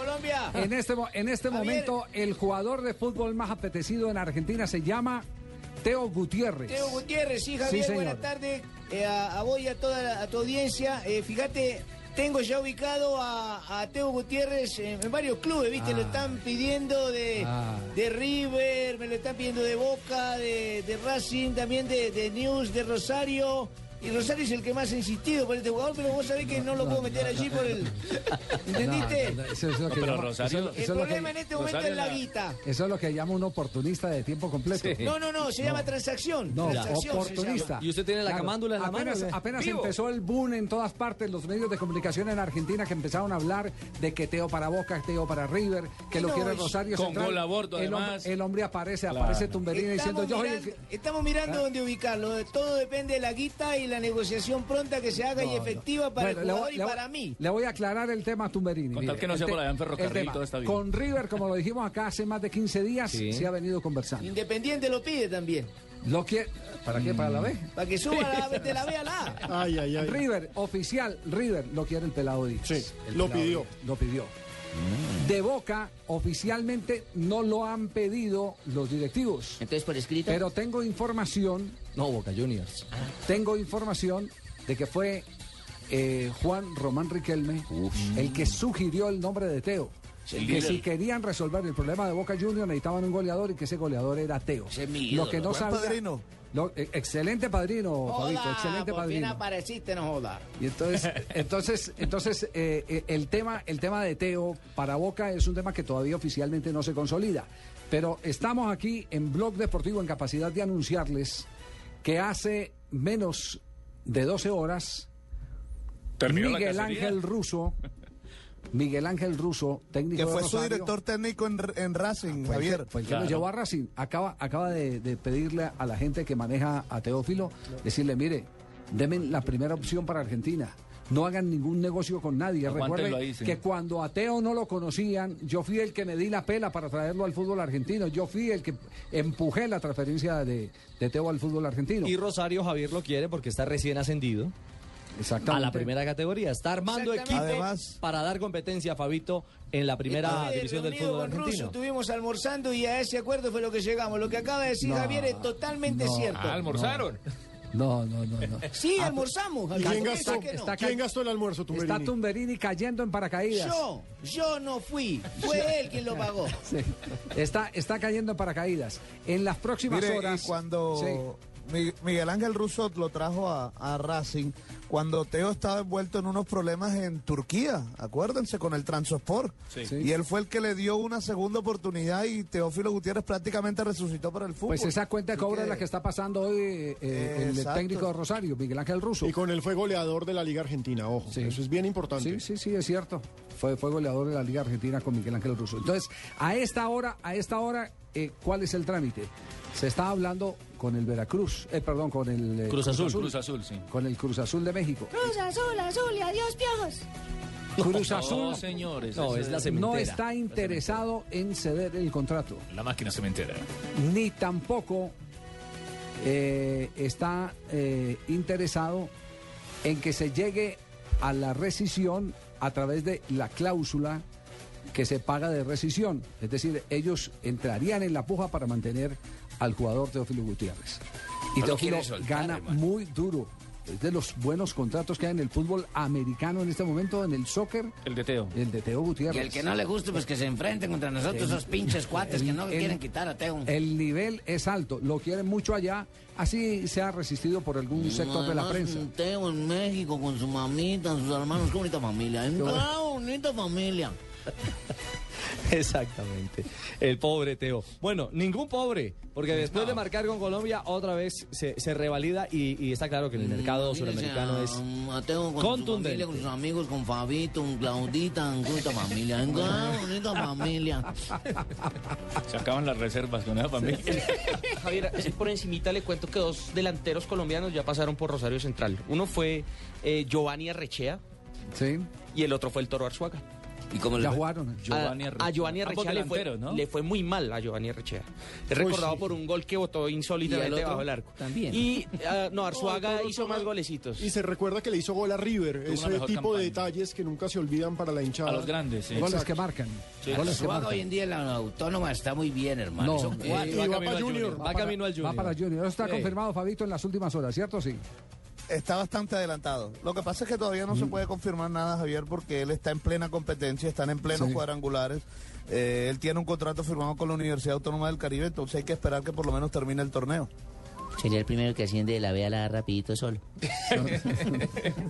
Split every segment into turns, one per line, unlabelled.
Colombia.
En este, mo- en este
Javier.
momento, el jugador de fútbol más apetecido en Argentina se llama Teo Gutiérrez.
Teo Gutiérrez, sí, Javier,
señor.
buenas tardes eh, a, a vos y a toda la- a tu audiencia. Eh, fíjate, tengo ya ubicado a, a Teo Gutiérrez en, en varios clubes, ¿viste? Lo están pidiendo de,
Ah.
de River, me lo están pidiendo de Boca, de, de Racing, también de, de News, de Rosario. Y Rosario es el que más ha insistido por este jugador, pero vos sabés que no, lo puedo meter allí por el... ¿Entendiste?
Ah, No, no, eso es lo
No,
que
pero
llama-
Rosario-
eso-
el
eso es lo que-
problema en este momento
Rosario
es la
la-
guita.
Eso es lo que llama un oportunista de tiempo completo.
Sí.
No, no, no, se llama transacción.
Eh. No,
transacción se
oportunista.
llama.
¿Y usted tiene la camándula en la mano,
apenas,
o qué?
Apenas
Vivo.
empezó el boom en todas partes, los medios de comunicación en Argentina que empezaron a hablar de que Teo para Boca, Teo para River, que lo
No,
quiere
y-
Rosario
Con
Central.
gol a bordo,
el, hom-
además.
el hombre aparece,
Claro.
aparece Tumberina diciendo,
Estamos
yo soy el
mirando,
que- Ah.
estamos mirando dónde ubicarlo. eh, Todo depende de la guita y la negociación pronta que se haga y
No, no.
efectiva para
Bueno,
el
le voy-
jugador y
le voy-
para mí.
Le voy a aclarar el tema a Tumberini.
Con tal
Mire,
que no
el
sea
te-
por allá en ferrocarril,
el tema.
todo está bien.
Con River, como lo dijimos acá hace más de 15 días,
Sí.
se ha venido conversando.
Independiente lo pide también.
Lo que, ¿Para qué? ¿Para la B?
Mm.
Para que suba la, de la B a la A.
Ah,
Ay, ay, ay.
River, oficial, River lo quiere el pelado Díaz.
Sí,
El
lo
pelado
pidió. Mm.
Díaz, Lo pidió. De Boca, oficialmente no lo han pedido los directivos.
Entonces, por escrito.
Pero tengo información,
No, Boca Juniors.
Ah.
tengo información de que fue eh, Juan Román Riquelme el que sugirió el nombre de Teo. que
El líder.
si querían resolver el problema de Boca Juniors necesitaban un goleador y que ese goleador era Teo.
Ese es mi
Lo que no
ídolo.
sabía.
padrino.
lo- eh, excelente padrino, Fabito,
Joda,
excelente
por fin
padrino.
apareciste, no joda.
Y entonces, entonces, entonces eh, eh, el tema, el tema de Teo para Boca es un tema que todavía oficialmente no se consolida. Pero estamos aquí en Blog Deportivo en capacidad de anunciarles que hace menos de 12 horas
Terminó
Miguel
la cacería.
Ángel Russo, Miguel Ángel Russo, técnico
Que
de
fue su
Rosario,
director técnico en, en Racing,
fue el que-
Javier.
fue el que
Claro.
lo llevó a Racing. Acaba, acaba de, de pedirle a la gente que maneja a Teófilo, decirle, mire, denme la primera opción para Argentina. No hagan ningún negocio con nadie.
Aguántenlo
Recuerden
ahí, sí.
que cuando a Teo no lo conocían, yo fui el que me di la pela para traerlo al fútbol argentino. Yo fui el que empujé la transferencia de, de Teo al fútbol argentino.
Y Rosario Javier lo quiere porque está recién ascendido
Exactamente.
a la primera categoría. Está armando equipo
Exactamente.
Además-
para dar competencia a Fabito en la primera
Estuve
división del
reunido
fútbol
Eh, con Russo,
argentino.
estuvimos almorzando y a ese acuerdo fue lo que llegamos. Lo que acaba de decir
No,
Javier es totalmente
no.
cierto.
Ah, almorzaron.
No, no, no, no.
Sí, almorzamos, Javier.
¿Y ¿Quién
¿por qué
gastó,
decís que no?
Está acá.
¿Quién gastó el almuerzo, Tumberini?
Está Tumberini cayendo en paracaídas.
Yo, yo no fui. Fue él quien lo pagó.
Sí. Está, está cayendo en paracaídas. En las próximas
Mire,
horas.
y cuando
Sí.
Mi- Miguel Ángel Russo lo trajo a, a Racing, cuando Teo estaba envuelto en unos problemas en Turquía, acuérdense, con el Transosport.
Sí.
Sí.
Y él fue el que le dio una segunda oportunidad y Teófilo Gutiérrez prácticamente resucitó para el fútbol.
Pues esa cuenta de
Así
cobra es la que está pasando hoy eh, eh, el
Exacto.
técnico de Rosario, Miguel Ángel Russo.
Y con él fue goleador de la Liga Argentina, ojo.
Sí.
Eso es bien
Sí,
importante.
sí, sí, es cierto. Fue, fue goleador de la Liga Argentina con Miguel Ángel Russo. Entonces, a esta hora, a esta hora, eh, ¿cuál es el trámite? Se está hablando con el Veracruz, eh, perdón, con el eh,
Cruz Azul.
Cruz Azul, sí.
con el Cruz Azul de México.
Cruz azul, azul y adiós, piojos.
Cruz
No,
Azul
señores.
No,
ese
es la
no
cementera.
está interesado en ceder el contrato.
La máquina cementera.
ni tampoco eh, está eh, interesado en que se llegue a la rescisión a través de la cláusula que se paga de rescisión. Es decir, ellos entrarían en la puja para mantener al jugador Teófilo Gutiérrez. Y
No lo
Teófilo
quiere soltar,
gana
hermano.
muy duro. Es de los buenos contratos que hay en el fútbol americano en este momento, en el soccer,
El de Teo.
el de Teo Gutiérrez.
Y el que no le guste, pues que se enfrente contra nosotros, esos pinches cuates que no
el-
quieren quitar a Teo.
El nivel es alto, lo quieren mucho allá, así se ha resistido por algún sector de la
Además,
prensa.
Teo en México con su mamita, sus hermanos, qué bonita familia. ¿eh? Ah, bonita familia.
Exactamente. El pobre Teo. Bueno, ningún pobre, porque después de marcar con Colombia, otra vez se, se revalida y, y está claro que en el mercado
Mírese
suramericano
a-
es.
a Teo con
contundente.
su familia, con sus amigos, con Fabito, con Claudita, con bonita familia. ¿eh? Ah, bonita familia.
Se acaban las reservas con esa familia.
Javier, así por encimita le cuento que dos delanteros colombianos ya pasaron por Rosario Central. Uno fue eh, Giovanni Arrechea
Sí,
y el otro fue el Toro Arzuaga.
¿Y cómo le
Ya
fue?
jugaron.
Giovanni
a,
Arrechea.
a Giovanni
Ambos
Arrechea le fue,
delanteros, ¿no?
le fue muy mal a Giovanni Arrechea. Es recordado por un gol que votó
¿Y al
insólitamente
otro?
debajo del arco.
También.
Y ah, no, Arzuaga
todo
hizo
toma-
más golecitos.
Y se recuerda que le hizo gol a River.
una
Ese
mejor
tipo
campaña.
de detalles que nunca se olvidan para la hinchada.
A los grandes, sí.
Goles
Exacto.
que marcan.
Sí.
Goles que
Arzuaga
marcan.
hoy en día en la autónoma está muy bien, hermano.
No,
Son
eh,
Y
cuatro.
va
camino
para
al
Junior.
Junior. Va camino al Junior.
Va para Junior. Eso está
Sí.
confirmado, Fabito, en las últimas horas, ¿cierto? Sí.
Está bastante adelantado. Lo que pasa es que todavía no se puede confirmar nada, Javier, porque él está en plena competencia, están en plenos
Sí.
cuadrangulares. Eh, él tiene un contrato firmado con la Universidad Autónoma del Caribe, entonces hay que esperar que por lo menos termine el torneo.
Sería el primero que asciende de la B a la A rapidito solo.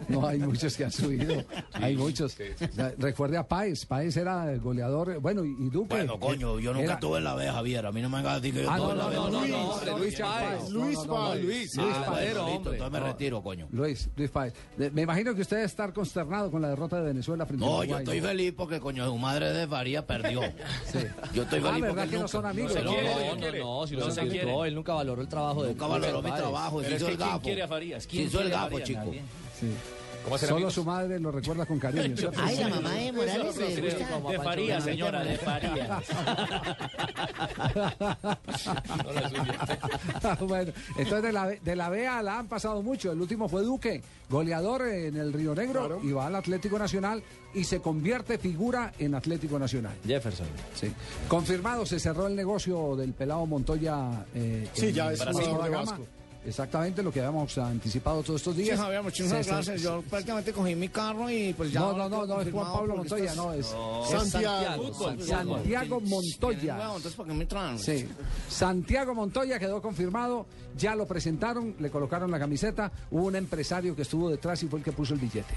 No, hay muchos que han subido. Hay muchos. La- Recuerde a Páez. Páez era el goleador. eh, Bueno, y, y Duque.
Bueno, coño, yo nunca
Era-
estuve en la B, Javier. A mí no me vengas a decir que yo
Ah,
estuve
no,
en la
no,
B.
no, no,
Luis,
no, no, Luis Páez. No,
Luis
no, no,
Páez.
Luis,
Ah,
Luis
bueno,
Padero,
listo,
hombre.
Entonces me retiro, coño.
Luis, Luis Páez. De- Me imagino que usted debe estar consternado con la derrota de Venezuela frente a
No, yo
Uruguay.
estoy feliz porque, coño, su madre de Faría perdió. Yo estoy
Ah,
feliz
¿verdad
porque él
que no
nunca,
son amigos?
se
No,
quiere,
no,
no,
no, no, si
No
no,
se
se aplicó,
quiere.
él nunca valoró el trabajo de
nunca valoró mi trabajo, se
Pero es
hizo
que
el
¿quién
gafo.
quiere a Farías?
Se
¿Quién
hizo el
quiere a
gafo,
Farías?
chico.
Nadie.
Sí. Solo su madre lo recuerda con cariño, ¿cierto?
Ay, la mamá de Morales
Sí,
le gusta.
De Pues Farías, señora, de Farías.
Ah, bueno, entonces de la, B- de la B a la A han pasado mucho. El último fue Duque, goleador en el Río Negro, y va al Atlético Nacional y se convierte figura en Atlético Nacional.
Jefferson.
Sí. Confirmado, se cerró el negocio del pelado Montoya. eh,
Sí,
en
ya es
Brasil.
jugador de
Gama.
Vasco.
Exactamente lo que habíamos anticipado todos estos
Sí,
días.
Javier, muchísimas
Se cer-
gracias. Yo prácticamente cogí mi carro y pues ya.
No, no,
ahora
no,
quedo
no, es Juan
confirmado
Pablo
porque
Montoya,
estas-
no, es
Santiago.
Santiago.
Santiago
Bueno,
Montoya.
entonces, ¿por qué me traen?
Sí. Santiago Montoya quedó confirmado, ya lo presentaron, le colocaron la camiseta, hubo un empresario que estuvo detrás y fue el que puso el billete.